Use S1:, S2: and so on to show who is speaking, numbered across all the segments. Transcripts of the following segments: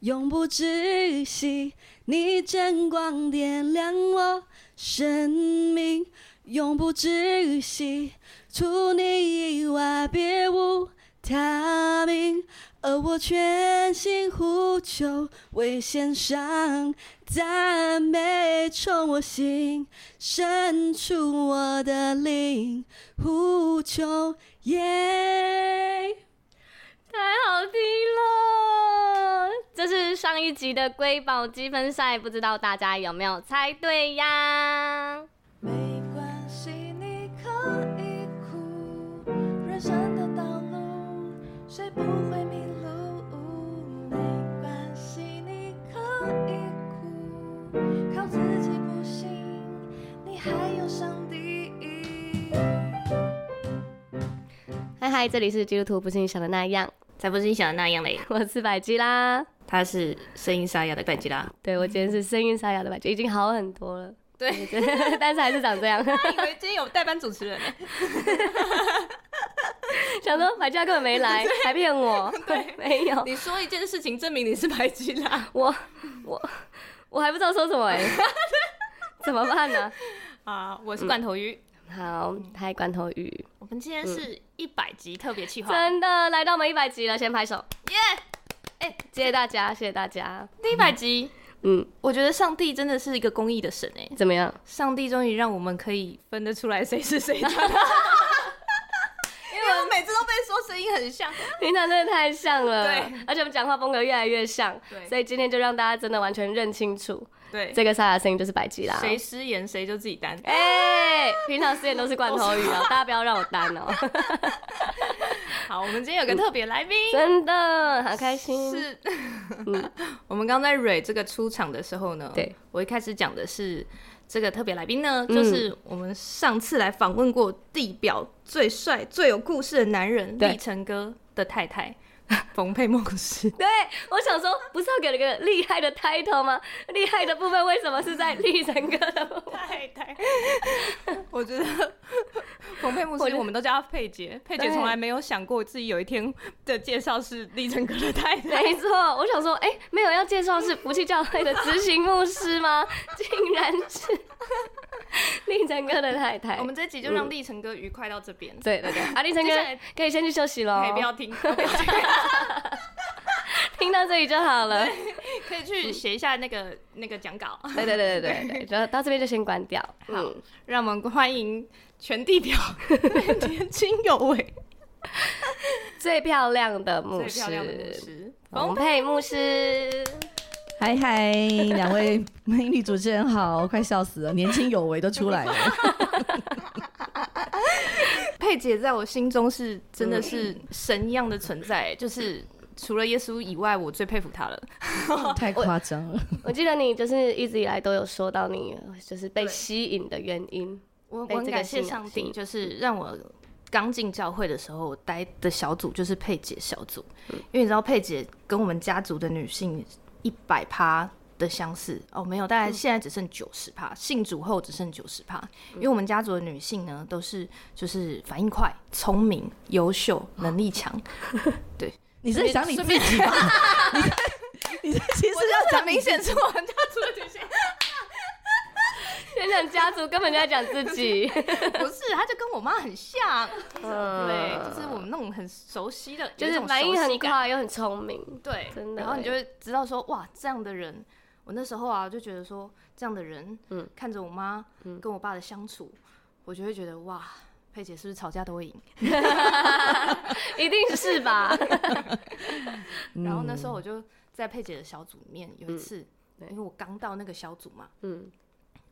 S1: 永不止息。你真光点亮我生命，永不止息。除你以外，别无他名。而我全心呼求，为献上赞美，从我心深处，我的灵呼求，耶！
S2: 太好听了！这是上一集的瑰宝积分赛，不知道大家 有没有猜对呀？
S3: 没关系，你可以呃哭。人生的道路，谁不会迷路？没关系，你可以哭。靠自己不行，你还有上帝。
S2: 嗨嗨，这里是基督徒不是你想的那样，
S4: 才不是你想的那样嘞。
S2: 我是百吉啦。
S4: 他是声音沙哑的百吉拉，
S2: 对我今天是声音沙哑的百吉，已经好很多了，
S4: 对，
S2: 但是还是长这样。
S4: 以为今天有代班主 持人呢。
S2: 想说百吉拉根本没 来，还骗我，对， 没有，
S4: 你说一件事情，证明你是百吉 拉。
S2: 我我我还不知道说什 么哎、怎么办 呢、
S4: 啊，我是罐头鱼。
S2: 好，嗨，罐头鱼，
S4: 我们今天是一百集特别企划，
S2: 真的来到我们一百集了，先拍手，
S4: 耶！哎，
S2: 谢谢大家，谢谢大家。
S4: 第一百集，
S2: 嗯，
S4: 我觉得上帝真的是一个公义的神哎，
S2: 怎么样？
S4: 上帝终于让我们可以分得出来谁是 谁的。因为我每次都被说声音很像，
S2: 平常真的太像了，
S4: 对，
S2: 而且我们讲话风格越来越像，
S4: 对
S2: 所以今天就让大家真的完全认清楚，
S4: 对，
S2: 这个沙哑声音就是百吉啦。
S4: 啊谁失言谁就自己担。
S2: 哎、平常时间都是罐头鱼哦， 大家不要让我担哦，
S4: 好，我们今天有个特别来宾，
S2: 真的好开心。
S4: 是， 我们刚在蕊这个出场的时候呢，
S2: 嗯对嗯
S4: 我一开始讲的是这个特别来宾呢，就是我们上次来访问过地表最帅、最有故事的男人
S2: 对
S4: 立成哥的太太 冯佩梦师。
S2: 对，我想说，不是要给了个厉害的 title 吗？厉害的部分为什么是在立成哥的部分？
S4: 太太， 我觉得 冯佩牧
S2: 我觉
S4: 师，
S2: 得
S4: 我们都叫她佩姐。佩姐
S2: 对
S4: 从来没有想过自己有一天的介绍是立成哥的太太。
S2: 没错，我想说，哎、没有要介绍是福气教会的执行牧师吗？竟然是 立成哥的太太
S4: 我。们这集就让立成哥愉快到这边，
S2: 对哦对对，啊，立成哥
S4: 接下来
S2: 可以先去休息喽
S4: 可以，不要听，不要听
S2: 听到这里就好了。
S4: 可以去写一下那个那个讲稿。
S2: 对对对对对对，就到这边就先关掉。
S4: 好
S2: 嗯，
S4: 让我们欢迎全地表年轻有为、
S2: 最漂亮的牧
S4: 最
S2: 师
S4: 漂，亮的牧师哦
S2: 冯
S4: 冯
S2: 佩牧师，
S1: 嗨嗨，两位美女主持人好，快笑死了，年轻有为都出来了。
S4: 佩姐，在我心中是真的是神一样的存在，就是除了耶稣以外，我最佩服她了。
S1: 太夸张了，
S2: 我记得你就是一直以来都有说到你就是被吸引的原因。
S4: 我
S2: 被
S4: 我
S2: 这
S4: 很
S2: 个
S4: 感谢
S2: 信仰
S4: 上
S2: 吸
S4: 帝，
S2: 引
S4: 就是让我刚进教会的时候，我待的小组就是佩姐小组，因为你知道佩姐跟我们家族的女性一百趴。的相似哦，没有，大概现在只剩九十趴，信主后只剩九十趴，因为我们家族的女性呢，都是就是反应快、聪明、优秀、能力强，
S1: 你是在想你自己吧？ 你你其实
S4: 我这很明显是我们家族的女性，
S2: 先讲家族，根本就在讲自己。
S4: 不是，她就跟我妈很像，对，
S2: 嗯，
S4: 就是我们那种很熟悉的，
S2: 就
S4: 有一
S2: 是
S4: 种
S2: 反
S4: 熟
S2: 应
S4: 悉
S2: 很
S4: 感
S2: 快又很聪明。
S4: 对，
S2: 真的
S4: 然后你
S2: 欸
S4: 就会知道说，哇，这样的人，我那时候啊就觉得说，这样的人，
S2: 嗯
S4: 嗯，看着我妈跟我爸的相处，我就会觉得哇，佩姐是不是吵架都会赢？
S2: 一定是吧？嗯
S4: 然后那时候我就在佩姐的小组里面，有一次，因为我刚到那个小组嘛，
S2: 嗯，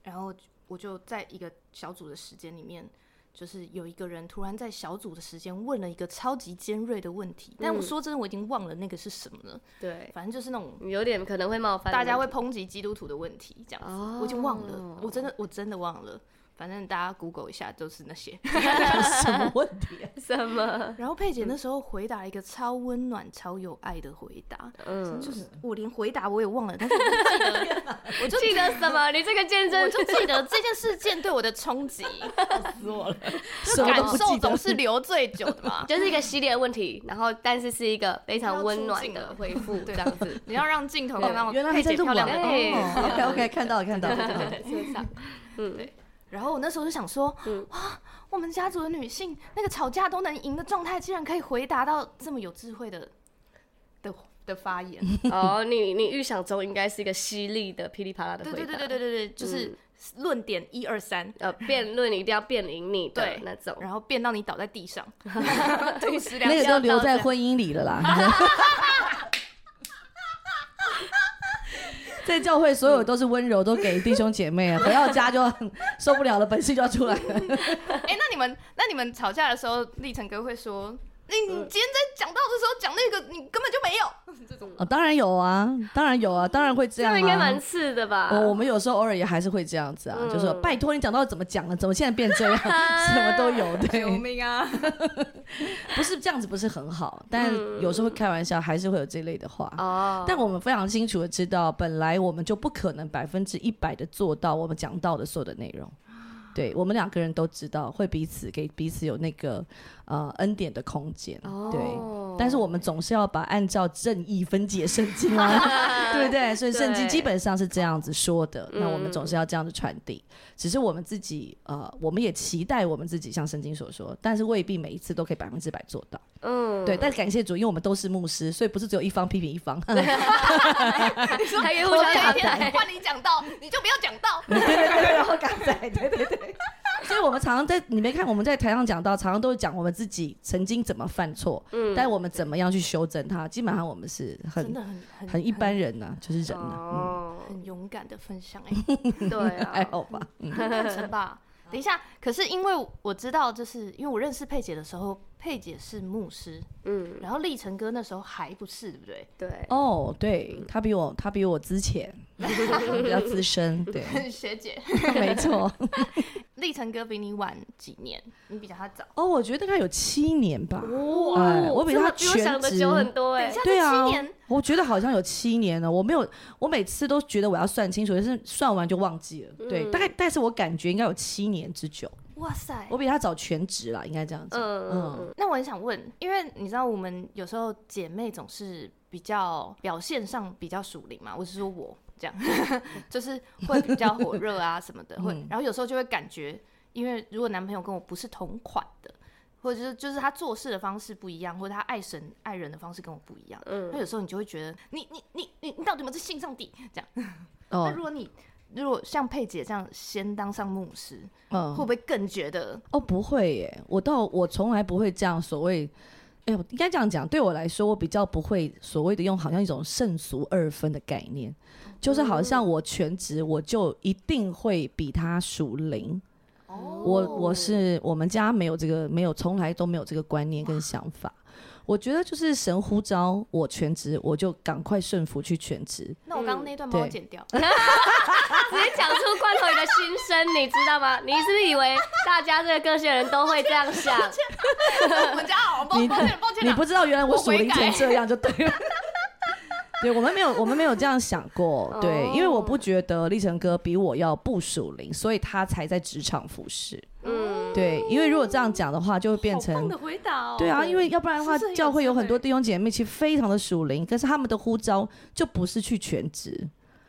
S4: 然后我就在一个小组的时间里面。就是有一个人突然在小组的时间问了一个超级尖锐的问题，但我
S2: 嗯
S4: 说真的，我已经忘了那个是什么了。
S2: 对，
S4: 反正就是那种
S2: 有点可能会冒犯
S4: 大家
S2: 你
S4: 哦会抨击基督徒的问题，这样子，我已经忘了，我真的我真的忘了。反正大家 Google 一下，就是那些。
S1: 什么问题、啊？
S2: 什么？
S4: 然后佩姐那时候回答一个超温暖、超有爱的回答，
S2: 嗯，
S4: 就是我连回答我也忘了，但是我就记得，我就
S2: 记得什么？你这个见
S4: 我
S2: 证
S4: 就记得这件事件对我的冲 击，
S1: 死我了，什么
S4: 感
S1: 都不
S4: 受
S1: 记
S4: 总
S1: 得。
S4: 是留最久的 嘛。
S2: 就是一个系列问题，然后但是是一个非常温暖的回复，这
S4: 对
S2: 样子。
S4: 你要让镜头看 到
S1: 原来
S4: 佩
S1: 还在
S4: 姐
S1: 录
S4: 漂
S1: 啊
S4: 亮的东西。
S1: 哦，OK OK，看到了看到了，看到了
S2: 是上，嗯，
S4: 然后我那时候就想说，
S2: 嗯
S4: 哇，我们家族的女性那个吵架都能赢的状态，竟然可以回答到这么有智慧的的嗯的发言。
S2: 哦，你你预想中应该是一个犀利的噼里啪啦的回
S4: 对
S2: 答，嗯
S4: 对对对对对对，就是论点一二三，
S2: 呃，辩论一定要辩赢你的
S4: 对
S2: 那种，
S4: 然后变到你倒在地 上，吐十两
S1: 那个
S4: 下
S1: 都留在婚姻里了啦。 在教会，所有都是温柔，都给弟兄姐妹啊。回到家就很受不了了，本性就要出来了。
S4: 哎，那你们那你们吵架的时候，立成哥会
S2: 嗯
S4: 说，你你今天在讲到的时候讲那个，你根本就没 有。
S1: 哦，当然有啊，当然有啊，当然会这
S2: 这
S1: 样、啊。
S2: 样应该蛮刺的吧？
S1: 我哦我们有时候偶尔也还是会这样子啊，就说拜托你讲到底怎么讲了，怎么现在变这样，什么都有，对，
S4: 命啊！
S1: 不是这样子不是很好，但有时候会开玩笑，还是会有这类的话。
S2: 哦，
S1: 但我们非常清楚的知道，本来我们就不可能百分之一百的做到我们讲到的所有的内容。对我们两个人都知道，会彼此给彼此有那个呃恩典的空间，
S2: 哦
S1: 对。但是我们总是要把按照正义分解圣经 啊，对不对？所以圣经
S2: 对嗯
S1: 基本上是这样子说的，那我们总是要这样子传递。只是我们自己呃，我们也期待我们自己像圣经所说，但是未必每一次都可以百分之百做到。
S2: 嗯，
S1: 对，但感谢主，因为我们都是牧师，所以不是只有一方批评一方。
S2: 还有互
S4: 我
S2: 相打嗯
S4: 哪一天
S2: 牌，
S4: 哎换你讲到，你就不要讲到。
S1: 对对对，然后港仔，对对对。所以我们常常在，你没看我们在台上讲到，常常都是讲我们自己曾经怎么犯错，嗯，但我们怎么样去修正它。基本上我们是
S4: 真
S1: 很
S4: 的很很
S1: 很一般人呐、就是人呐、
S2: 哦，
S4: 很勇敢的分享哎、
S2: 对啊，
S1: 还好吧？
S4: 很单纯吧？等一下，可是因为我知道，就是因为我认识佩姐的时候，佩姐是牧师，
S2: 嗯，
S4: 然后立成哥那时候还不是，对 不对？
S2: 对，
S1: 哦，对他比我他比我之前比较资深，对，
S4: 学姐，
S1: 没错。
S4: 立成哥比你晚几年，你比较他早。
S1: 哦，我觉得大概有七年吧。哎我比
S2: 真
S1: 他
S2: 的比我想
S1: 全
S2: 的
S1: 职
S2: 久很多
S4: 等一
S2: 哎
S4: 下，，
S1: 对啊
S4: 这七年，
S1: 我觉得好像有七年了。我没有，我每次都觉得我要算清楚，但是算完就忘记了。对，大概，但是我感觉应该有七年之久。
S4: 哇塞！
S1: 我比他早全职啦，应该这样子。
S2: 嗯，
S4: 那我很想问，因为你知道我们有时候姐妹总是比较表现上比较属灵嘛，我是说我这样， 就是会比较火热啊什么的，会，
S1: 嗯
S4: 然后有时候就会感觉，因为如果男朋友跟我不是同款的，或者是就是他做事的方式不一样，或者他爱神爱人的方式跟我不一样，
S2: 嗯
S4: 那有时候你就会觉得你你你你你到底有没有在信上帝这样？那
S1: 哦
S4: 如果你如果像佩姐这样先当上牧师，会
S1: 嗯
S4: 不会更觉得
S1: 哦，不会耶，我到我从来不会这样所谓。哎、我应该这样讲，对我来说，我比较不会所谓的用好像一种胜俗二分的概念，就是好像我全职我就一定会比他属灵，
S4: 哦
S1: 我我是我们家没有这个，没有从来都没有这个观念跟想法。我觉得就是神呼召我全职，我就赶快顺服去全职。
S4: 那我刚刚那段帮我
S1: 对
S4: 剪掉。
S2: 直接讲出罐头里的心声，你知道吗？你是不是以为大家这个个性的人都会这样想？
S4: 我们家好，抱
S1: 你
S4: 抱歉抱歉
S1: 你
S4: 啊，
S1: 不知道原来我
S4: 我
S1: 属
S4: 悔
S1: 灵
S4: 改
S1: 成这样就对 了。对，我们没有，我们没有这样想过。对，
S4: 哦
S1: 因为我不觉得立成哥比我要不属灵，所以他才在职场服侍。
S2: 嗯，
S1: 对，因为如果这样讲的话，就会变
S4: 好棒
S1: 成
S4: 的回答哦。
S1: 对啊，因为要不然的话
S4: 是不是很，有
S1: 教会有
S4: 智慧
S1: 很多弟兄姐妹其实非常的属灵，可是他们的呼召就不是去全职，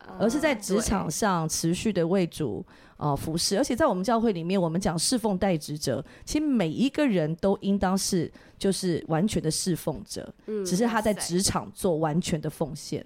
S2: 嗯
S1: 而是
S2: 哦
S1: 在职场上持续的为主呃服侍。而且在我们教会里面，我们讲侍奉代职者，其实每一个人都应当是就是完全的侍奉者，
S2: 嗯
S1: 只是他在
S4: 哇塞
S1: 职场做完全的奉献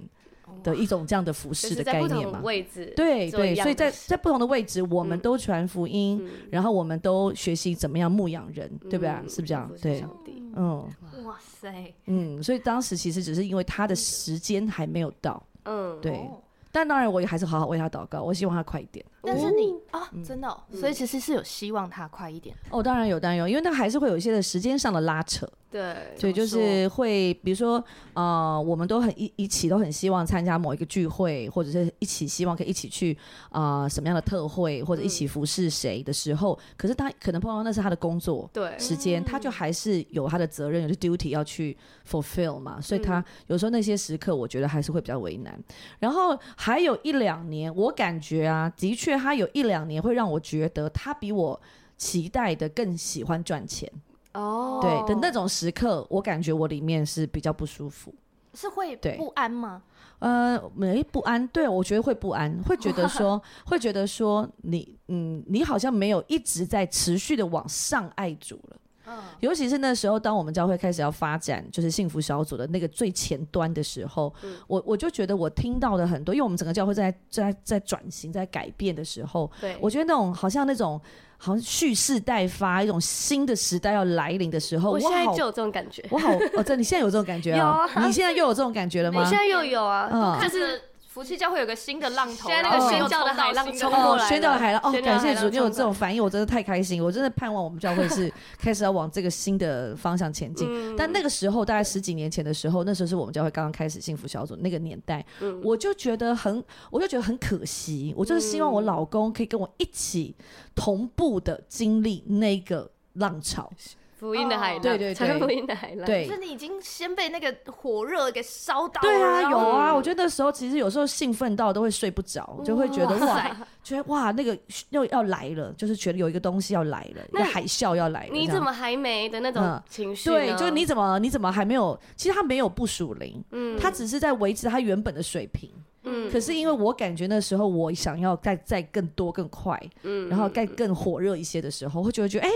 S1: 的一种这样的服
S2: 就
S1: 侍
S2: 是
S1: 的
S2: 在
S1: 概
S2: 不
S1: 念
S2: 同的
S1: 嘛。
S2: 位置，
S1: 对
S2: 做一
S1: 对，
S2: 样
S1: 所以
S2: 的
S1: 在
S2: 事嗯
S1: 在不同的位置，我们都传福音，然后我们都学习怎么样牧养人，对不对啊？
S2: 嗯
S1: 是不是这样
S2: 服？侍
S1: 对
S2: 上，帝
S1: 嗯。
S4: 哇塞，
S1: 嗯，所以当时其实只是因为他的时间还没有到，
S2: 嗯，
S1: 对。
S4: 哦
S1: 但当然，我也还是好好为他祷告，我希望他快一点。嗯
S4: 但是你啊，真的哦，所以其实是有希望他快一点。
S1: 哦，当然有，当然有，因为它还是会有一些的时间上的拉扯。
S4: 对
S1: 对，就是会，比如说，呃，我们都很一一起都很希望参加某一个聚会，或者是一起希望可以一起去啊、呃什么样的特会，或者一起服侍谁的时候，可是他可能碰到那是他的工作
S2: 对
S1: 时间，他就还是有他的责任，有的 duty 要去 fulfill 嘛，所以他有时候那些时刻，我觉得还是会比较为难。然后还有一两年，我感觉啊，的确他有一两年会让我觉得他比我期待的更喜欢赚钱。
S2: 哦
S1: 对的那种时刻，我感觉我里面是比较不舒服，
S4: 是会
S1: 对
S4: 不安吗？
S1: 呃，没不安，对我觉得会不安，会觉得 说，会觉得说你，嗯，你好像没有一直在持续的往上爱主了。
S2: 嗯
S1: 尤其是那时候，当我们教会开始要发展就是幸福小组的那个最前端的时候，
S2: 嗯
S1: 我我就觉得我听到的很多，因为我们整个教会在在在转型、在改变的时候，
S2: 对
S1: 我觉得那种好像那种好像蓄势待发，一种新的时代要来临的时候，
S2: 我现在
S1: 好
S2: 就有这种感觉，
S1: 我好，哦，这你现在有这种感觉啊？
S2: 有啊
S1: 你现在又有这种感觉了
S2: 我
S1: 吗
S2: 现？在又有啊，
S1: 嗯
S4: 就，是夫妻教会有个新的浪头，
S2: 现在那
S1: 个
S4: 然后
S1: 宣
S4: 又
S2: 教的
S4: 冲到
S2: 海浪
S4: 新
S2: 冲
S4: 浪
S2: 过
S1: 哦，
S2: 来了
S1: 宣教的海浪，哦，
S2: 宣教
S1: 感
S2: 的海
S1: 谢
S2: 浪
S1: 主，你有
S2: 冲
S1: 这种反应，我真的太开心，我真的盼望我们教会是开始要往这个新的方向前
S2: 嗯
S1: 进。但那个时候，大概十几年前的时候，那时候是我们教会刚刚开始幸福小组那个年代，
S2: 嗯
S1: 我就觉得很，我就觉得很可惜，我就是希望我老公可以跟我一起同步的经历那个浪潮。
S2: 福音的海浪，
S1: 哦对对对
S2: 传福音的海浪，，
S1: 对
S4: 就，是你已经先被那个火热给烧到了。
S1: 对啊，
S4: 然
S1: 有
S4: 后
S1: 啊，我觉得那时候其实有时候兴奋到都会睡不
S2: 嗯
S1: 着，就会觉得哇，觉得哇那个又要来了，就是觉得有一个东西要来了，一
S2: 那
S1: 个海啸要来了。
S2: 你
S1: 这样
S2: 怎么还没的那种
S1: 嗯
S2: 情绪呢？
S1: 对？就是你怎么你怎么还没有？其实他没有不属灵，
S2: 嗯，
S1: 他只是在维持他原本的水平。
S2: 嗯
S1: 可是因为我感觉那时候我想要再再更多更快，
S2: 嗯
S1: 然后再更火热一些的时候，会觉得觉得哎、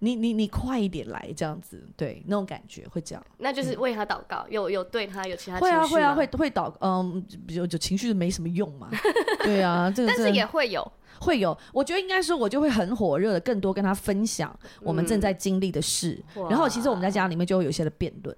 S1: 你你你快一点来这样子，对那种感觉会这样。
S2: 那就是为他祷告，有有对他有其他
S1: 嗯会啊
S2: 情绪
S1: 会啊
S2: 吗
S1: 会会导嗯，有就情绪没什么用 嘛，对啊，这个
S4: 但
S1: 真的
S4: 是也会有，
S1: 会有，我觉得应该说，我就会很火热的更多跟他分享我们正在经历的事，
S2: 嗯哇啊
S1: 然后其实我们在家里面就会有一些的辩论，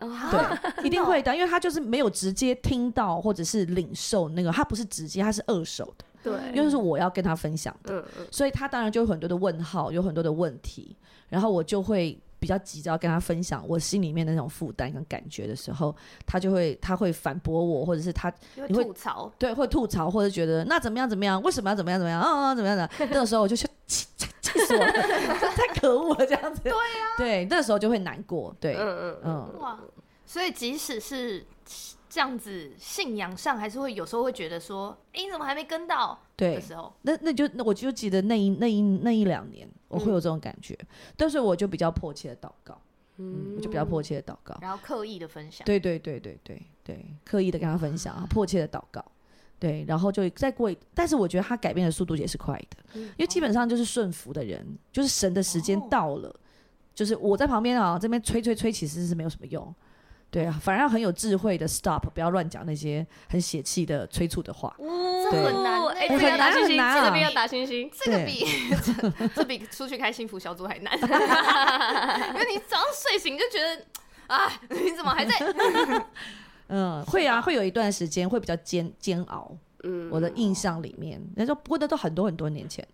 S2: 哦
S1: 对，一定会的，因为他就是没有直接听到或者是领受那个，他不是直接，他是二手的，
S4: 嗯
S2: 对，
S1: 因为是我要跟他分享的，
S2: 嗯嗯
S1: 所以他当然就有很多的问号，有很多的问题，然后我就会比较急着要跟他分享我心里面的那种负担跟感觉的时候，他就会他会反驳我，或者是他
S4: 就会
S1: 你会
S4: 吐槽。
S1: 对，会吐槽或者觉得那怎么样怎么样，为什么要怎么样怎么样，啊、啊怎么样的，那个时候我就去 气气气死我了，太可恶了这样子。对啊，对，那时候就会难过，对，嗯
S2: 嗯嗯，
S1: 嗯，
S4: 哇，所以即使是这样子，信仰上还是会有时候会觉得说，哎、你怎么还没跟到？的
S1: 对。
S4: 时候，
S1: 那那就那我就记得那一那一那一两年，我会有这种感觉，但是我就比较迫切的祷告，嗯，我就比较迫切的祷告，
S4: 然后刻意的分享。
S1: 对对对对对对，刻意的跟他分享，迫切的祷告，对，然后就再过一，但是我觉得他改变的速度也是快的，
S2: 嗯
S1: 因为基本上就是顺服的人，就是神的时间
S4: 哦
S1: 到了，就是我在旁边啊，这边催催催，其实是没有什么用。对啊，反而要很有智慧的 stop，不要乱讲那些很血气的催促的话。
S2: 这
S1: 对
S4: 很难
S2: 哎，
S4: 欸
S2: 这个
S1: 很
S2: 要打
S1: 难
S2: 星
S1: 很
S2: 星，
S1: 难啊
S2: 这边要打星星，
S4: 这个
S1: 对
S4: 比 这这比出去开幸福小组还难， 因为你早上睡醒就觉得，啊， 你怎么还在？
S1: 嗯，会啊，会有一段时间会比较煎煎熬。
S2: 嗯，
S1: 我的印象里面，那时候不过那都很多很多年前，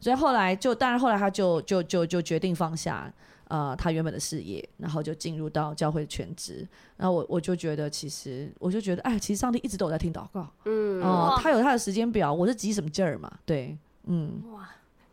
S1: 所以后来就当然后来他就就就就决定放下呃他原本的事业，然后就进入到教会全职。然后我我就觉得其实我就觉得哎，其实上帝一直都有在听祷告，嗯，哦、他有他的时间表，我是急什么劲儿嘛，对，嗯，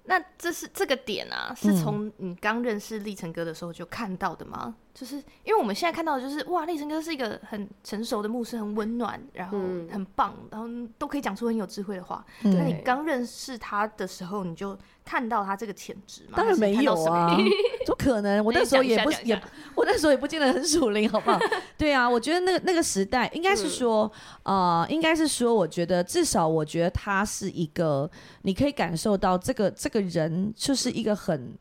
S4: 那这是这个点啊，是从你刚认识立成哥的时候就看到的吗？就是因为我们现在看到的就是哇，立成哥是一个很成熟的牧师，很温暖，然后
S2: 嗯
S4: 很棒，然后都可以讲出很有智慧的话。
S1: 嗯
S4: 那你刚认识他的时候，你就看到他这个潜质吗？
S1: 当然没有啊
S4: 还 是看到什么，
S1: 怎么可能？我那时候也不
S4: 讲一下
S1: 也
S4: 讲一下，
S1: 我那时候也不见得很属灵，好不 好？对啊，我觉得那个那个时代，应该
S4: 嗯
S1: 是说，呃，应该是说，我觉得至少我觉得他是一个，你可以感受到这个这个人就是一个很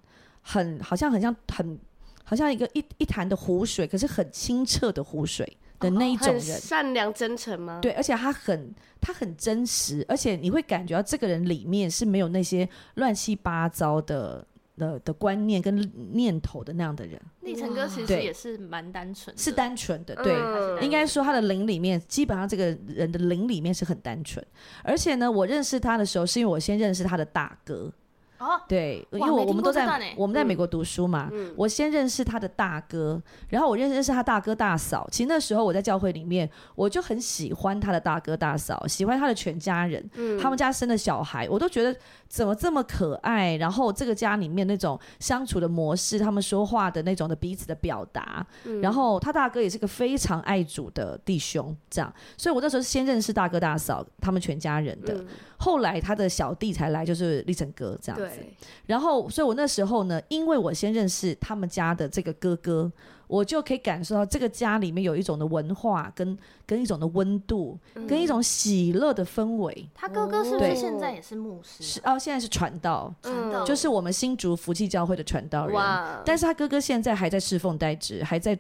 S1: 很好像很像很好像一个一一潭的湖水，可是很清澈的湖水
S4: 哦
S1: 的那一种
S2: 哦很
S1: 人。
S2: 善良真诚吗？
S1: 对，而且他很他很真实，而且你会感觉到这个人里面是没有那些乱七八糟的的的观念跟念头的那样的人，
S4: 立成哥其实
S1: 对
S4: 也是蛮单纯的，
S1: 是单纯的，对，
S2: 嗯
S1: 应该说他的灵里面，基本上这个人的灵里面是很单纯，而且呢，我认识他的时候是因为我先认识他的大哥，
S4: 哦，
S1: 对，因
S4: 哇
S1: 为我
S4: 没
S1: 我
S4: 听
S1: 们
S4: 过
S1: 都
S4: 这段
S1: 在
S4: 欸嗯
S1: 我们在美国读书嘛，我先认识他的大哥，然后我认认识他大哥大嫂。其实那时候我在教会里面，我就很喜欢他的大哥大嫂，喜欢他的全家人，
S4: 嗯
S1: 他们家生的小孩，我都觉得怎么这么可爱。然后这个家里面那种相处的模式，他们说话的那种的彼此的表达，
S4: 嗯
S1: 然后他大哥也是个非常爱主的弟兄，这样，所以我那时候是先认识大哥大嫂他们全家
S2: 嗯
S1: 人的，
S4: 嗯
S1: 后来他的小弟才来，就是立成哥这样子。
S2: 对，
S1: 然后，所以我那时候呢，因为我先认识他们家的这个哥哥，我就可以感受到这个家里面有一种的文化跟跟一种的温度，
S2: 嗯
S1: 跟一种喜乐的氛围。
S4: 他哥哥是不
S1: 对
S4: 是现在也是牧师？啊
S1: 是哦，现在是传道，
S2: 嗯
S4: 传道
S1: 就是我们新竹福气教会的传道人。
S2: 哇，
S1: 但是他哥哥现在还在侍奉代职，还在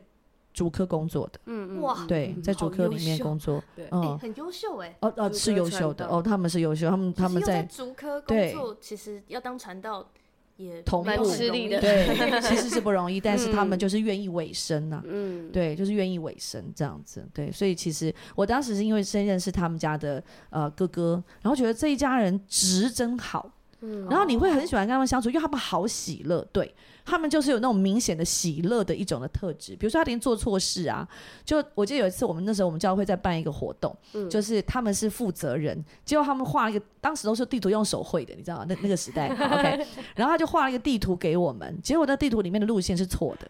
S1: 竹科工作的，
S2: 嗯
S4: 哇，
S1: 对，在
S4: 好
S1: 竹科
S4: 优
S1: 里面
S4: 秀
S1: 工作
S2: 对。
S4: 哎
S1: 嗯，
S4: 很优秀哎，
S1: 哦哦，
S2: 竹
S1: 是
S2: 科
S1: 优
S2: 传
S1: 秀的
S2: 道
S1: 哦，他们是优秀，他们他们
S4: 就是又在
S1: 在
S4: 竹科工
S1: 对
S4: 作，其实要当传道也
S1: 同
S4: 没有
S1: 步
S4: 很
S2: 吃力
S4: 容易
S2: 的
S1: 对，其实是不容易，但是他们
S2: 嗯
S1: 就是愿意委身呐、啊
S2: 嗯，
S1: 对，就是愿意委身这样子，对，所以其实我当时是因为先认识他们家的呃哥哥，然后觉得这一家人值真好，
S2: 嗯
S1: 然后你会很喜欢跟他们相处，因为他们好喜乐，对他们就是有那种明显的喜乐的一种的特质，比如说他连做错事啊，就我记得有一次我们那时候我们教会在办一个活动，
S2: 嗯
S1: 就是他们是负责人，结果他们画了一个，当时都是地图用手绘的，你知道吗？那那个时 代好，OK，然后他就画了一个地图给我们，结果那地图里面的路线是错的。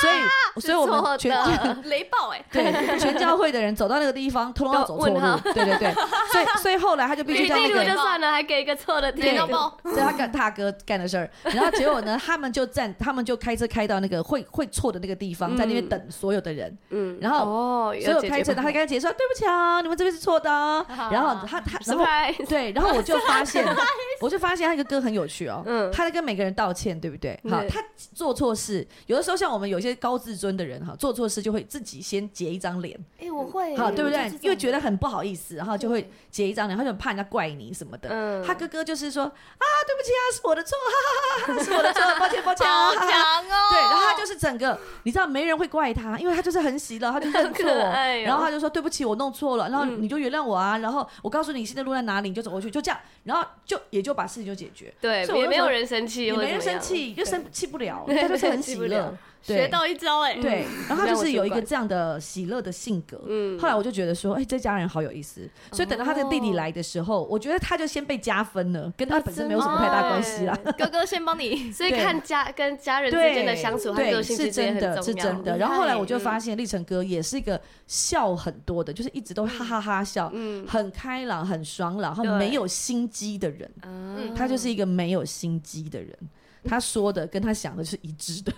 S1: 所以，所以我
S2: 啊错
S1: 们全
S2: 的欸
S4: 雷暴哎，
S1: 对，全教会的人走到那个地方，通通要走错
S2: 都问
S1: 路。对对对，所以所以后来他就必须
S2: 给
S1: 在
S2: 地
S1: 那
S2: 图
S1: 个
S2: 就算了，还给一个错的
S4: 雷
S2: 地
S4: 到
S2: 图，
S4: 爆，
S1: 对嗯他干他哥干的事儿，然后结果呢，他们就站，他们就开车开到那个会会错的那个地方，在那边等所有的人，
S2: 嗯，
S1: 然后。
S2: 哦，
S1: 所有开车的，他
S2: 开
S1: 跟他姐说：“对不起啊，你们这边是错的哦。”然后他他然后
S2: surprise，
S1: 对，然后我就发 现， 我就发现他一个歌很有趣哦，
S4: 嗯
S1: 他在跟每个人道歉，对不对？好，
S2: 对
S1: 他做错事，有的时候像我们有些高自尊的人哈，做错事就会自己先截一张脸，
S4: 哎我会
S1: 好，对不
S4: 我
S1: 对
S4: 就是这？种
S1: 因为觉得很不好意思，然后就会截一张脸，然后就很怕人家怪你什么的。
S2: 嗯，
S1: 他哥哥就是说啊，对不起啊，是我的错，哈哈哈哈，是我的错，抱歉抱歉啊。哈哈
S4: 强哦，
S1: 对，然后他就是整个，你知道没人会怪他，因为他就是很喜乐，他就认错，
S2: 可爱哦嗯
S1: 然后他就说对不起，我弄错了，然后你就原谅我啊，然后我告诉你现在路在哪里，你就走过去，就这样，然后就也就把事情就解决，
S2: 对，
S1: 所以我
S2: 也
S1: 就
S2: 没
S1: 想
S2: 有人生气
S1: 也
S2: 或者
S1: 没
S2: 怎么样，
S1: 人生气，就生气不 了，他就是很喜
S2: 气不了
S1: 乐，对
S2: 学到一招哎，
S1: 对，然后他
S2: 让
S1: 就
S2: 我
S1: 是
S2: 主
S1: 有一个
S2: 管
S1: 这样的喜乐的性格。
S2: 嗯
S1: 后来我就觉得说，哎、这家人好有意思。所以等到他的弟
S2: 哦
S1: 弟来的时候，我觉得他就先被加分了，跟他本身没有什么太大关系啦。啊
S4: 哥哥先帮你，
S2: 所以
S1: 对
S2: 看家跟家人之
S1: 对，
S2: 间的相处和
S1: 对
S2: 个性
S1: 是
S2: 之
S1: 真
S2: 间很重要，
S1: 的，是真的。
S4: 厉
S1: 然后后来
S4: 害
S1: 我就发现，立成哥也是一个笑很多的，就是一直都哈哈哈笑，
S2: 嗯
S1: 很开朗、很爽朗，然后没有心机的人。
S2: 嗯
S1: 他就是一个没有心机的人。他说的跟他想的是一致的。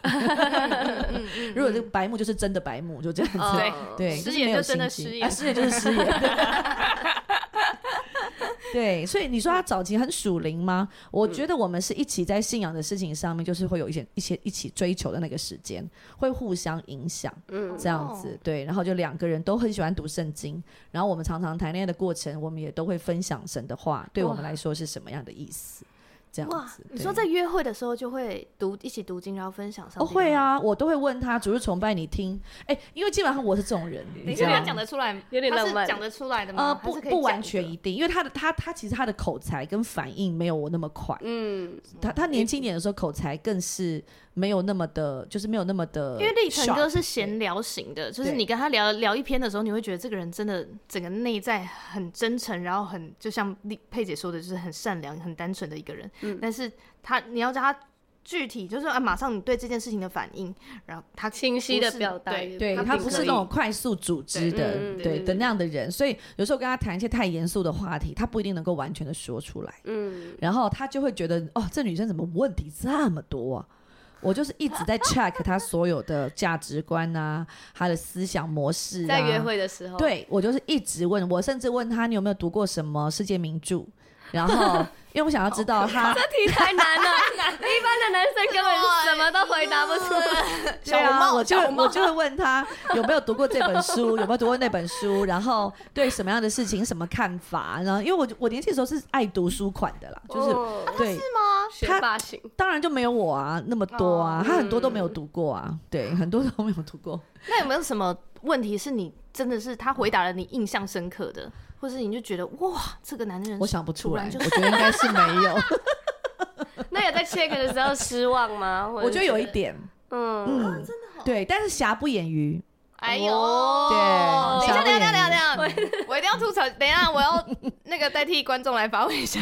S2: 嗯
S1: 如果这个白目就是真的白目，就这样子。
S2: 哦
S1: 对，
S4: 失
S1: 就是
S4: 言
S1: 没有
S4: 就真的
S1: 心
S4: 失
S1: 机
S4: 言
S1: 啊失言就是失言。 对，所以你
S4: 嗯
S1: 说他早期很属灵吗？我觉得我们是一起在信仰的事情上面，就是会有一些一些一起追求的那个时间，会互相影响，
S2: 嗯
S1: 这样子
S4: 哦
S1: 对。然后就两个人都很喜欢读圣经，然后我们常常谈恋爱的过程，我们也都会分享神的话，对我们来说是什么样的意思？这样
S4: 哇
S1: 子，，
S4: 你
S1: 对
S4: 说在约会的时候就会读一起读经，然后分享上
S1: 哦
S4: 帝的话，
S1: 会啊，我都会问他主日崇拜你听，哎、因为基本上我是这种人，
S4: 等
S1: 你
S4: 一
S1: 知
S4: 下，
S1: 道
S4: 他
S1: 吗
S4: 讲得出来，
S2: 有点
S4: 他
S2: 浪
S4: 是
S2: 漫
S4: 讲得出来的吗？
S1: 呃，
S4: 还
S1: 不
S4: 是可以
S1: 不完
S4: 讲的
S1: 全一定，因为他的他他其实他的口才跟反应没有我那么快，
S2: 嗯，
S1: 他他年轻一点的时候口才更是没有那么的，就是没有那么的 sharp，
S4: 因为立成哥是闲聊型的，就是
S1: 呃对
S4: 你跟他聊聊一篇的时候，你会觉得这个人真的整个内在很真诚，然后很就像丽佩姐说的，就是很善良、很单纯的一个人。
S1: 嗯
S4: 但是他你要叫他具体，就是啊，马上你对这件事情的反应，然后
S1: 嗯
S4: 他
S2: 清晰的
S4: 不是
S2: 表达，
S4: 对
S1: 对
S4: 他
S1: 他
S4: 并
S1: 不是
S4: 可
S1: 那
S4: 以
S1: 种快速组织的，
S2: 嗯对
S1: 对
S2: 对
S1: 的那样的人，所以有时候跟他谈一些太严肃的话题，他不一定能够完全的说出来，
S2: 嗯，
S1: 然后他就会觉得哦，这女生怎么问题这么多啊？我就是一直在 check 她所有的价值观啊，她的思想模式、啊，
S2: 在约会的时 候，，
S1: 对我就是一直问，我甚至问他你有没有读过什么世界名著，然后因为我想要知道他
S5: 这题太难 了，一般的男生根本什么都回答不出来。
S1: 对啊，我就会我就会问他有没有读过这本书， 有没有读过那本书，然后对什么样的事情什么看法，然后因为我我年轻的时候是爱读书款的啦， 啊就是、
S5: 哦
S1: 对，
S2: 学
S1: 他
S2: 霸型，
S1: 当然就没有我啊那么多啊，
S5: 哦
S1: 他很多都没有读过啊，对，很多都没有读过。
S4: 那有没有什么问题是你真的是他回答了你印象深刻的，或是你就觉得哇，这个男人
S1: 我想不出来，
S4: 突然就
S1: 我觉得应该是没有。
S2: 那有在 check 的时候失望 吗？或 者
S1: 我觉得有一，点，
S2: 嗯，
S1: 嗯，真的对，但是瑕不掩瑜，
S4: 哎呦，
S1: 对，
S4: 等一
S1: 瑕
S4: 下，
S1: 不
S4: 等
S1: 掩
S4: 一下，等
S1: 瑜。
S4: 一下，等一下，我一定要吐槽。等一下，我要那个代替观众来发问一下，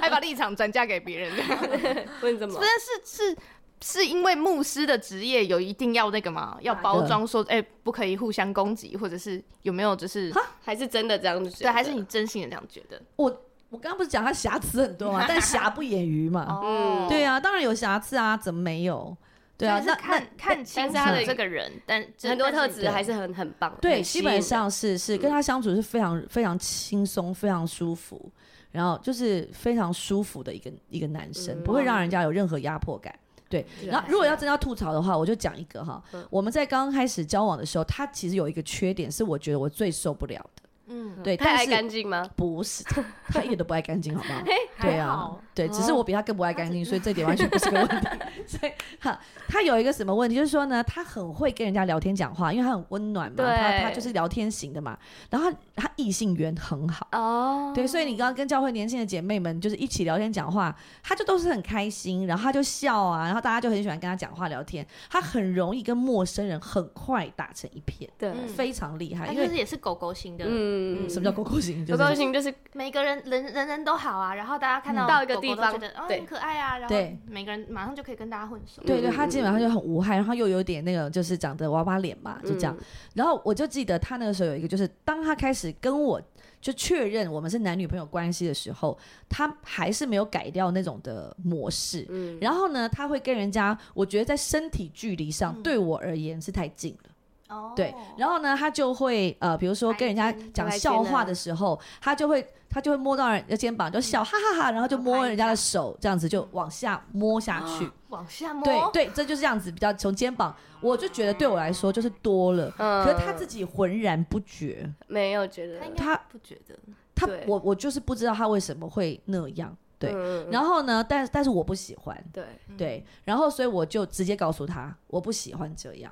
S4: 还把立场转嫁给别 人。
S1: 嗯
S2: 问什么
S4: 不？是，是是是因为牧师的职业有一定要那个吗？要包装说，哎、不可以互相攻击，或者是有没有就是
S1: 啊
S2: 还是真的这样子？
S4: 对，还是你真心的这样觉得？
S1: 我我刚刚不是讲他瑕疵很 多嘛，但瑕不掩瑜嘛，
S4: 哦
S1: 对啊，当然有瑕疵啊，怎么没有？对啊，
S4: 所
S1: 那
S4: 以是看看清楚
S2: 但是他的
S4: 这个人，但
S2: 很多特。
S4: 但是
S2: 质还是很很棒，
S1: 对，
S2: 很吸
S1: 基
S2: 引人
S1: 本上是
S4: 嗯
S1: 是跟他相处是非常非常轻松、非常舒服，然后就是非常舒服的一个一个男生，
S4: 嗯
S1: 不会让人家有任何压迫感。对，然后如果要真的要吐槽的话，我就讲一个哈，
S4: 嗯
S1: 我们在刚开始交往的时候，他其实有一个缺点是我觉得我最受不了的，嗯，对，
S2: 太
S1: 但
S2: 爱
S1: 是
S2: 干净吗？
S1: 不是他一点都不爱干净，好不好？对
S4: 还
S1: 啊
S4: 好，
S1: 对，只是我比他更不爱干净，所以这点完全不是个问题。所以哈，他有一个什么问题，就是说呢，他很会跟人家聊天讲话，因为他很温暖嘛，
S2: 对
S1: 他他就是聊天型的嘛。然后他他异性缘很好，
S2: 哦，
S1: 对，所以你刚刚跟教会年轻的姐妹们就是一起聊天讲话，她就都是很开心，然后她就笑啊，然后大家就很喜欢跟她讲话聊天，她很容易跟陌生人很快打成一片，
S2: 对，
S4: 嗯
S1: 非常厉害。
S4: 他
S1: 因
S4: 就
S1: 为
S4: 是也是狗狗型的，
S2: 嗯，
S1: 什么叫狗狗型？就
S2: 不
S1: 是
S2: 高兴就是
S4: 每个人人人人都好啊，然后大家看到
S1: 嗯
S4: 狗
S2: 到一个
S4: 狗
S2: 地
S4: 都
S2: 方
S4: 觉得哦
S2: 对
S4: 很可爱啊，然
S1: 对
S4: 后每个人马上就可以跟大家混熟。
S1: 对对，
S2: 嗯
S1: 他基本上就很无害，然后又有点那个就是长得娃娃脸嘛，就这样。
S2: 嗯
S1: 然后我就记得他那个时候有一个，就是当他开始跟我就确认我们是男女朋友关系的时候，他还是没有改掉那种的模式。
S2: 嗯
S1: 然后呢，他会跟人家，我觉得在身体距离上、
S2: 嗯
S1: 对我而言是太近了。
S4: 哦
S1: 对，然后呢，他就会呃，比如说跟人家讲笑话的时候，他就会他就会摸到人家肩膀就
S2: 嗯
S1: 笑哈哈哈，然后就摸人家的手，这样子就往下摸下
S2: 啊
S1: 去。
S4: 往下摸，
S1: 对对，这就是这样子，比较从肩膀，我就觉得对我来说就是多了，
S2: 嗯，
S1: 可是他自己浑然不觉，
S2: 没有觉得
S4: 他应
S1: 他
S4: 该不觉得。
S1: 他
S2: 对
S1: 我我就是不知道他为什么会那样，对。
S2: 嗯
S1: 然后呢，但但是我不喜欢，
S2: 对，
S1: 对，然后所以我就直接告诉他我不喜欢这样。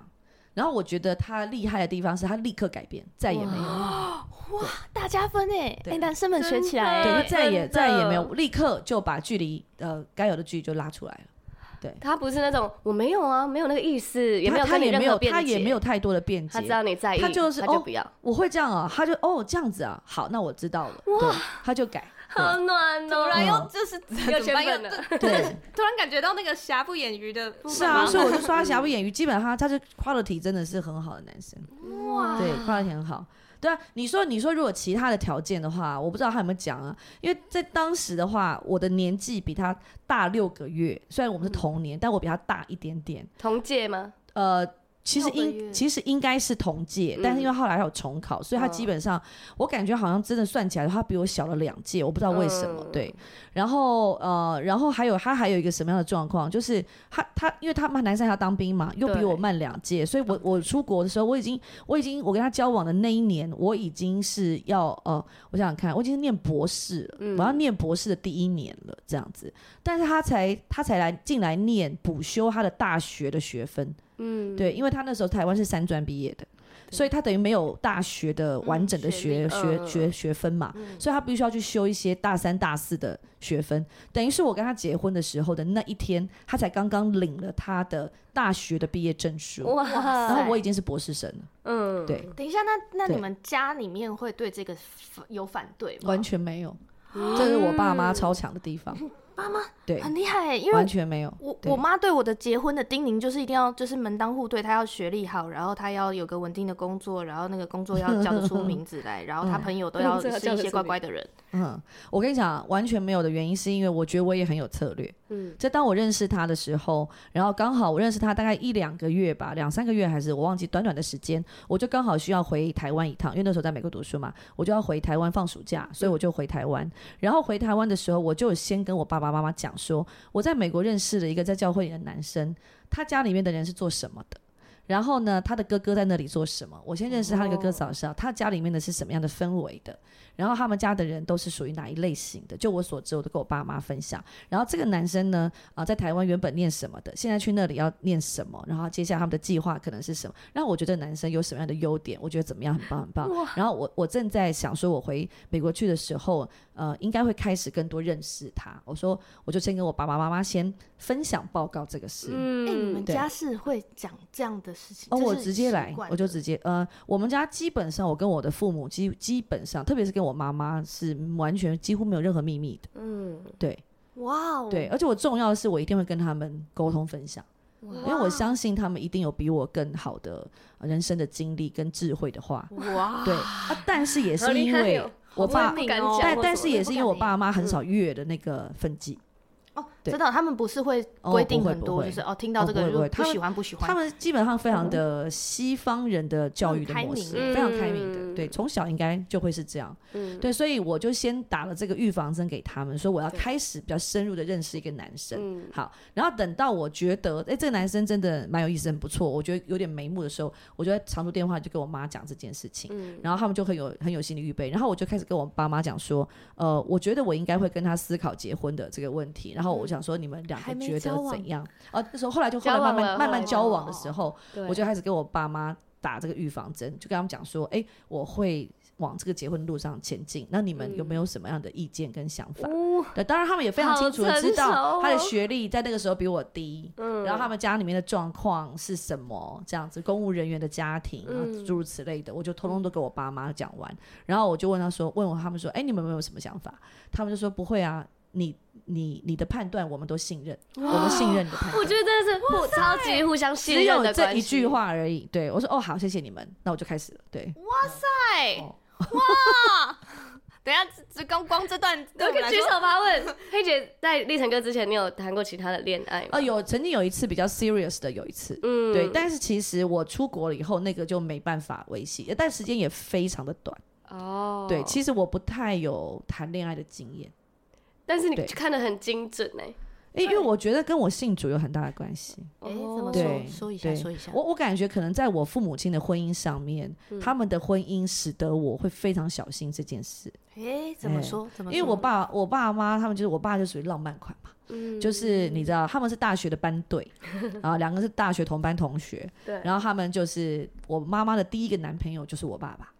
S1: 然后我觉得他厉害的地方是他立刻改变，再也没有，
S2: 哦
S4: 大加分哎
S1: 对
S4: 男生们
S2: 真的
S1: 对他
S2: 哎
S1: 再也
S2: 真的
S1: 再也没有，立刻就把距离呃该有的距离就拉出来了。
S2: 他不是那种我没有啊，没有那个意思，也没
S1: 他
S2: 有
S1: 他
S2: 跟你
S1: 也没
S2: 任何
S1: 有
S2: 辩
S1: 他
S2: 解，
S1: 也没有，太多的辩
S2: 他
S1: 解，
S2: 知道你在意，
S1: 他就是
S2: 他就
S1: 哦
S2: 不要，
S1: 我会这样啊，他就哦这样子啊，好，那我知道了，对，他就改，
S2: 好暖
S4: 突然
S2: 哦，
S4: 又就是
S2: 又
S4: 怎
S2: 圈
S4: 么办
S2: 粉
S4: 又
S2: 了
S4: 突
S1: 对，
S4: 突然感觉到那个瑕不掩瑜的部分
S1: 是啊，
S4: 吗
S1: 所以我就说他瑕不掩瑜，基本上他是 quality 真的是很好的男生，
S4: 哇
S1: 对，quality 很好。对啊，你说你说如果其他的条件的话，我不知道他有没有讲啊，因为在当时的话，我的年纪比他大六个月，虽然我们是同年，但我比他大一点点。
S2: 同届吗？
S1: 呃，其实
S4: 六个
S1: 应
S4: 月嗯
S1: 其实应该是同届，但是因为后来还有重考，所以他基本上、我感觉好像真的算起来，他比我小了两届，我不知道为什么。
S2: 嗯
S1: 对，然后呃，然后还有他还有一个什么样的状况，就是他他因为他们男生还要当兵嘛，又比
S2: 对
S1: 我慢两届，所以
S4: 哦
S1: 我我出国的时候，我已经我已经我跟他交往的那一年，我已经是要呃，我想想看，我已经是念博士了，我
S4: 嗯
S1: 要念博士的第一年了，这样子。但是他才他才来进来念补修他的大学的学分，嗯，对，因为他那时候台湾是三专毕业的，所以他等于没有大学的完整的学、
S4: 嗯学历嗯
S1: 学学学分嘛，所以他必须要去修一些大三大四的学分，等于是我跟他结婚的时候的那一天，他才刚刚领了他的大学的毕业证书，
S2: 哇，
S1: 然后我已经是博士生了，
S2: 嗯，
S1: 对，
S4: 等一下，那那
S1: 对
S4: 你们家里面会对这个反有反对吗？
S1: 完全没有，这是我爸妈超强的地方，
S4: 妈妈
S1: 对，
S4: 很厉害，欸因为
S1: 完全没有。
S4: 我
S1: 对
S4: 我妈对我的结婚的叮咛就是一定要就是门当户对，她要学历好，然后她要有个稳定的工作，然后那个工作要叫得出名字来，然后她朋友都要
S2: 工
S4: 是
S2: 作要叫
S4: 一
S2: 得
S4: 些
S2: 出
S4: 乖乖的人。
S1: 嗯，我跟你讲，完全没有的原因是因为我觉得我也很有策略。嗯，在当我认识他的时候，然后刚好我认识他大概一两个月吧，两三个月还是我忘记，短短的时间，我就刚好需要回台湾一趟，因为那时候在美国读书嘛，我就要回台湾放暑假，所以我就回台湾。然后回台湾的时候，我就有先跟我爸爸妈妈讲说，我在美国认识了一个在教会里的男生，他家里面的人是做什么的。然后呢，他的哥哥在那里做什么？我先认识他那个哥嫂是啊，他家里面的是什么样的氛围的？然后他们家的人都是属于哪一类型的？就我所知，我都跟我爸妈分享。然后这个男生呢，啊、在台湾原本念什么的，现在去那里要念什么？然后接下来他们的计划可能是什么？然后我觉得男生有什么样的优点？我觉得怎么样，很棒，很棒。然后我我正在想说，我回美国去的时候，呃，应该会开始更多认识他。我说，我就先跟我爸爸妈妈先分享报告这个事。
S4: 哎、你
S5: 嗯
S4: 们
S1: 对
S4: 家是会讲这样的事情？
S1: 哦，
S4: 这
S1: 我
S4: 是
S1: 直接
S4: 习
S1: 来
S4: 惯，
S1: 我就
S4: 的
S1: 直接呃，我们家基本上我跟我的父母基基本上，特别是跟我妈妈是完全几乎没有任何秘密的，
S5: 嗯，
S1: 对
S4: 哇哦，
S1: 对，而且我重要的是我一定会跟他们沟通分享，因为我相信他们一定有比我更好的呃人生的经历跟智慧的话，
S2: 哇，
S1: 对，啊但是也
S2: 好
S1: 是
S2: 厉
S1: 因
S2: 害
S1: 为
S2: 哦
S1: 我爸
S2: 我也。不敢
S4: 哦
S2: 讲
S1: 但
S2: 或
S1: 但
S2: 什
S1: 是
S2: 么
S1: 也
S4: 的
S1: 是
S4: 不
S1: 因为
S4: 敢
S1: 我
S4: 欸
S1: 爸妈很少越的那个分际，
S4: 哦，
S1: 对
S4: 真的，他们不是会
S1: 哦
S4: 规
S1: 不
S4: 定
S1: 会
S4: 很
S1: 不
S4: 多，
S1: 会
S4: 就是哦，听到
S1: 哦
S4: 这
S1: 不
S4: 个
S1: 会
S4: 就
S1: 不
S4: 是
S1: 会
S4: 不
S1: 他
S4: 喜
S1: 们
S4: 欢不喜欢。
S1: 他们基本上非常的西方人的教育的模式，
S4: 嗯
S1: 非常开明的，对，从小应该就会是这样，
S2: 嗯
S1: 对，所以我就先打了这个预防针给他们，说我要开始比较深入的认识一个男
S2: 嗯
S1: 生，好，然后等到我觉得，哎、这个男生真的蛮有意思，很不错，我觉得有点眉目的时候，我就在长途电话就跟我妈讲这件事
S2: 嗯
S1: 情，然后他们就很有很有心理预备，然后我就开始跟我爸妈讲说，呃，我觉得我应该会跟他思考结婚的这个问题，然后我想说你们两
S4: 还
S1: 个
S4: 没
S1: 觉
S4: 交
S1: 得
S4: 往
S1: 怎样？哦、那时候后来就后来
S2: 交
S1: 慢
S2: 往
S1: 慢慢
S2: 了后来
S1: 慢交往的时候，
S2: 对
S1: 我就开始跟我爸妈打这个预防针，就跟他们讲说，哎、我会往这个结婚路上前进。那你们有
S2: 嗯
S1: 没有什么样的意见跟想法？对，当然他们也非常
S2: 好
S1: 清楚的知
S2: 成熟
S1: 道
S2: 哦嗯
S1: 他的学历在那个时候比我低，然后他们家里面的状况是什么，这样子公务人员的家庭，然
S2: 嗯
S1: 后诸如此类的，我就通通都给我爸妈讲完。然后我就问他说，问我他们说，哎、你们有没有什么想法？他们就说不会啊，你你你的判断我们都信任，我们信任你的判断。
S2: 我觉得真的是互超级互相
S1: 只
S2: 信任
S1: 有
S2: 的
S1: 这
S2: 关系。
S1: 一句，话而已。对我说：“哦，好，谢谢你们。”那我就开始了。对，
S2: 嗯
S4: 哎
S1: 哦
S4: 哇，等一下，这光光这段
S2: 我
S4: 对我们
S2: 可
S4: 来
S2: 以举
S4: 说，
S2: 手发问。 佩姐在立成哥之前，你有谈过其他的恋爱吗？
S1: 呃，有曾经有一次比较 serious 的，有一次，
S2: 嗯
S1: 对。但是其实我出国了以后，那个就没办法维系，呃但时间也非常的短。
S2: 哦，
S1: 对，其实我不太有谈恋爱的经验，
S2: 但是你
S1: 对
S2: 看的很精准哎，
S1: 诶，因为我觉得跟我信主有很大的关系。
S4: 哎，
S2: 哦
S4: 怎么
S1: 对
S4: 说？说一下，
S1: 对
S4: 说一下。
S1: 我我感觉可能在我父母亲的婚姻上面，
S2: 嗯
S1: 他们的婚姻使得我会非常小心这件事。
S4: 哎，怎么
S1: 哎
S4: 说？怎么
S1: 因
S4: 说？
S1: 为我爸、我爸妈他们就是我爸就属于浪漫款嘛，
S2: 嗯
S1: 就是你知道他们是大学的班队，然后两个是大学同班同学，
S2: 对
S1: 然后他们就是我妈妈的第一个男朋友就是我爸爸，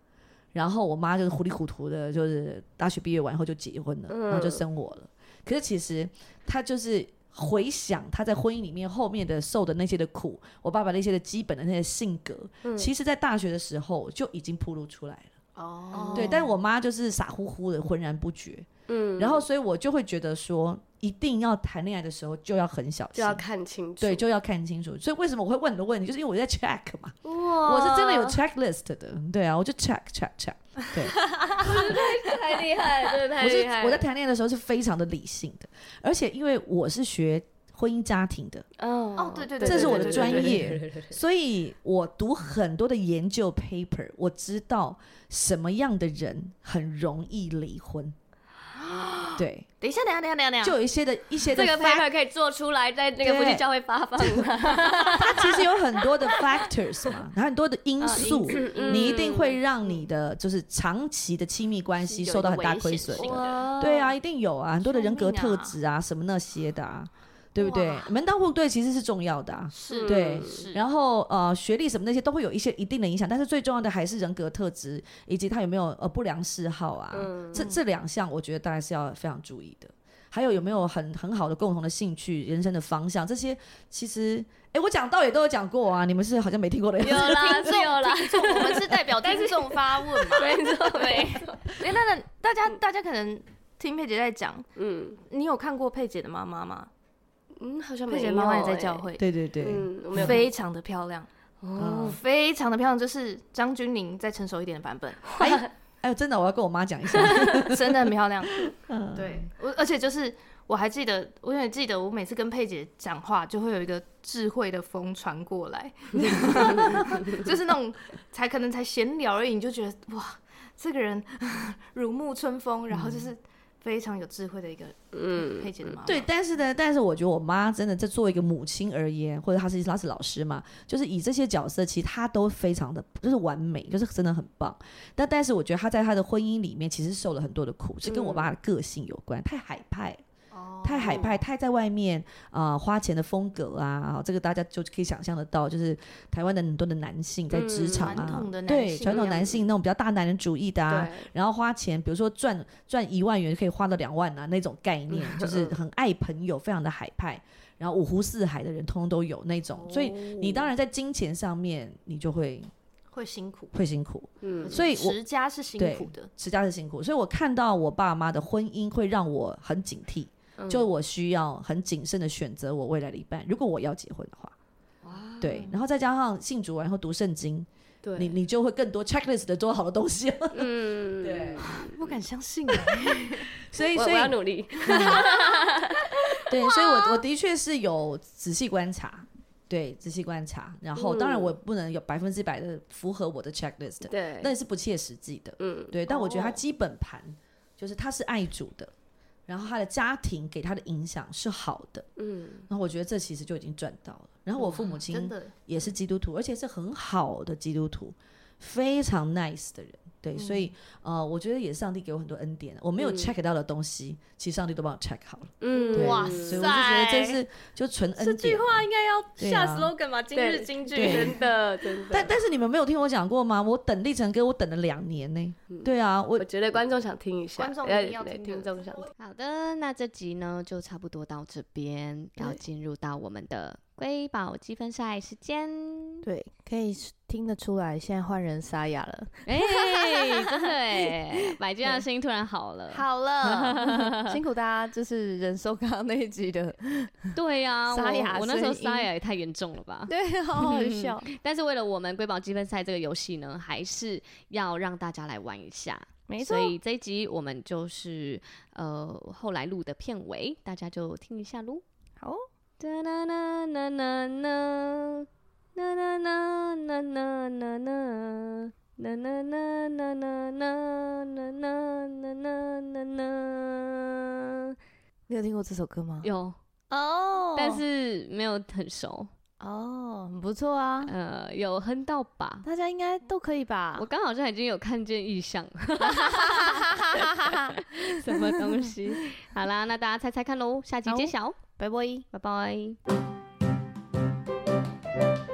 S1: 然后我妈就是糊里糊涂的，就是大学毕业完后就结婚了，然后就生我了。可是其实他就是。回想他在婚姻里面后面的受的那些的苦，我爸爸那些的基本的那些性格，
S2: 嗯
S1: 其实，在大学的时候就已经暴露出来了。
S4: 哦，
S1: 对，但我妈就是傻乎乎的，浑然不觉。嗯，然后所以我就会觉得说，一定要谈恋爱的时候就要很小
S2: 就
S1: 心
S2: 要，看清楚。
S1: 对，就要看清楚。所以为什么我会问你的问题，就是因为我在 check 嘛，
S2: 哇
S1: 我是真的有 checklist 的，对啊，我就 check check check。对，
S2: 太厉害了，真的太
S1: 我是
S2: 厉害了。
S1: 我在谈恋爱的时候是非常的理性的，而且因为我是学婚姻家庭的，
S2: 哦
S4: 哦对对对
S1: 这是我的
S4: 对对
S1: 专
S4: 对对
S1: 业，所以我读很多的研究 paper，我知道什么样的人很容易离婚。对，
S4: 等一下，等一下，等一下，等一下，
S1: 就有一些的一些的
S2: 这个
S1: fact-
S2: paper 可以做出来，在那个
S1: 对
S2: 夫妻教会发放 吗？
S1: 它其实有很多 的 factors 嘛，很多的因
S4: 啊
S1: 素，
S4: 嗯
S2: 嗯
S1: 你一定会让你的就是长期的亲密关系
S4: 有
S1: 受
S4: 一
S1: 到
S4: 个
S1: 很大
S4: 危
S1: 亏
S4: 险
S1: 损
S4: 性
S1: 的。
S4: 的
S1: 对啊，一定有啊，很多的
S4: 救
S1: 人格
S4: 命啊
S1: 特质啊，什么那些的啊，对不对
S4: 哇？
S1: 门当户对其实是重要的啊，
S4: 是，
S1: 对
S4: 是，
S1: 然后呃，学历什么那些都会有一些一定的影响，但是最重要的还是人格特质以及他有没有呃不良嗜好啊，
S4: 嗯
S2: 嗯
S1: 这这两项我觉得大概是要非常注意的。还有有没有很很好的共同的兴趣、人生的方向，这些其实，哎，我讲道也都有讲过啊，你们是好像没听 过的样
S2: 嗯
S1: 子。
S2: 有啦，是有 啦，
S4: 听众， 我 们是代表听众发问嘛？
S2: 没错没错。
S4: 哎，那那大家大家可能听佩姐在讲，
S2: 嗯
S4: 你有看过佩姐的妈妈吗？
S2: 嗯，好像
S4: 佩
S2: 没
S4: 姐
S2: 有
S4: 的妈妈也在
S2: 欸
S4: 教，会，
S1: 对对对，
S2: 嗯，我没有看
S4: 非常的漂亮，
S1: 哦，
S4: 非常的漂亮，就是张钧甯再成熟一点的版本，
S1: 哎呦，真的，我要跟我妈讲一 下。嗯
S4: 真的很漂亮。对，我而且就是我还记得，我永远记得，我每次跟佩姐讲话，就会有一个智慧的风传过来， 就是那种才可能才闲聊而已，你就觉得哇，这个人 如沐春风，然后就是非常有智慧的一个
S2: 嗯
S4: 佩姐的妈妈。
S1: 嗯对，，但是呢，但是我觉得我妈真的在作为一个母亲而言，或者她是她是老师嘛，就是以这些角色，其实她都非常的就是完美，就是真的很棒。但但是我觉得她在她的婚姻里面，其实受了很多的苦，是跟
S2: 嗯
S1: 我妈的个性有关，太海派。
S4: 哦
S5: 哦
S1: 太海派，太在外面啊、呃花钱的风格啊，这个大家就可以想象得到，就是台湾的很多的男性在职
S2: 嗯
S1: 场啊，
S4: 传统的男
S1: 对
S4: 性
S1: 传统
S4: 那样
S1: 男性那种比较大男人主义的啊，
S2: 对，
S1: 然后花钱，比如说赚赚一万元可以花到两万啊，那种概 念，就是很爱朋友，非常的海派，然后五湖四海的人通通都有那种，所以你当然在金钱上面你就会
S4: 会辛苦，
S1: 会辛苦，
S2: 嗯
S1: 所以我
S4: 持家是辛
S1: 对
S4: 苦的，
S1: 持家是辛苦，所以我看到我爸妈的婚姻会让我很警惕，
S2: 嗯
S1: 就我需要很谨慎的选择我未来的一半，如果我要结婚的话。对，然后再加上信主完以后读圣经，
S2: 对，
S1: 你你就会更多 checklist 的多好的东西。
S2: 嗯，
S1: 对，
S4: 不敢相 信。啊
S1: 所以
S2: 我
S1: 所
S2: 我
S1: 以嗯
S2: 要努力，
S1: 对，所以我我的确是有仔细观察，对，仔细观察。然后当然我不能有百分之百的符合我的 checklist，
S2: 嗯对，
S1: 那也是不切实际的。
S2: 嗯
S1: 对，但我觉得他
S4: 哦
S1: 基本盘就是他是爱主的，然后他的家庭给他的影响是好的，
S2: 嗯，
S1: 然后我觉得这其实就已经赚到了。然后我父母
S4: 真
S1: 亲
S4: 的
S1: 也是基督徒，而且是很好的基督徒，非常 nice 的人。对，所以呃，我觉得也是上帝给我很多恩典，啊我没有
S2: 嗯
S1: check 到的东西，其实上帝都帮我 check 好了。
S2: 嗯，
S1: 对
S2: 哇
S1: 所以我
S2: 塞，
S1: 就觉得这是就纯恩典。啊这句话应该要
S2: 啊
S1: 下
S5: slogan 嘛，今
S2: 日
S5: 金句
S1: 对
S2: 真的真的，
S1: 但但是你们没有听我讲过吗？我等立成哥，我等了两年呢、对啊，我
S2: 我觉得观众想听一下，
S4: 观众
S2: 呃
S4: 一定要
S2: 对
S4: 听的
S2: 听众想听，
S5: 好的，那这集呢就差不多到这边，要进入到我们的瑰宝积分赛时间。
S3: 对，可以听得出来，现在换人沙哑了。
S5: 哎、真的 哎，百金的声音突然好了。
S3: 好
S5: 嗯
S3: 了，辛苦大家，就是忍受刚刚那一集的，
S5: 对呀、我
S3: 沙哑
S5: 我那时候
S3: 声音
S5: 沙哑也太严重了吧？
S3: 对，好好笑。
S5: 但是为了我们瑰宝积分赛这个游戏呢，还是要让大家来玩一下。
S3: 没
S5: 所以这一集我们就是呃后来录的片尾，大家就听一下喽。
S3: 好哦，
S5: 哒啦啦啦啦啦，啦啦啦啦啦啦啦。啦啦啦啦啦啦啦啦啦啦啦啦，
S3: 你有听过这首歌吗？
S5: 有，
S3: 哦
S5: 但是没有很熟，
S3: 哦，很不错啊，
S5: 呃，有哼到吧？
S3: 大家应该都可以 吧
S5: 我？刚好像已经有看见意象， 什么 东西？好啦，那大家
S3: 哦
S5: 猜猜看喽，下集揭晓，
S3: 拜拜。
S5: 拜拜。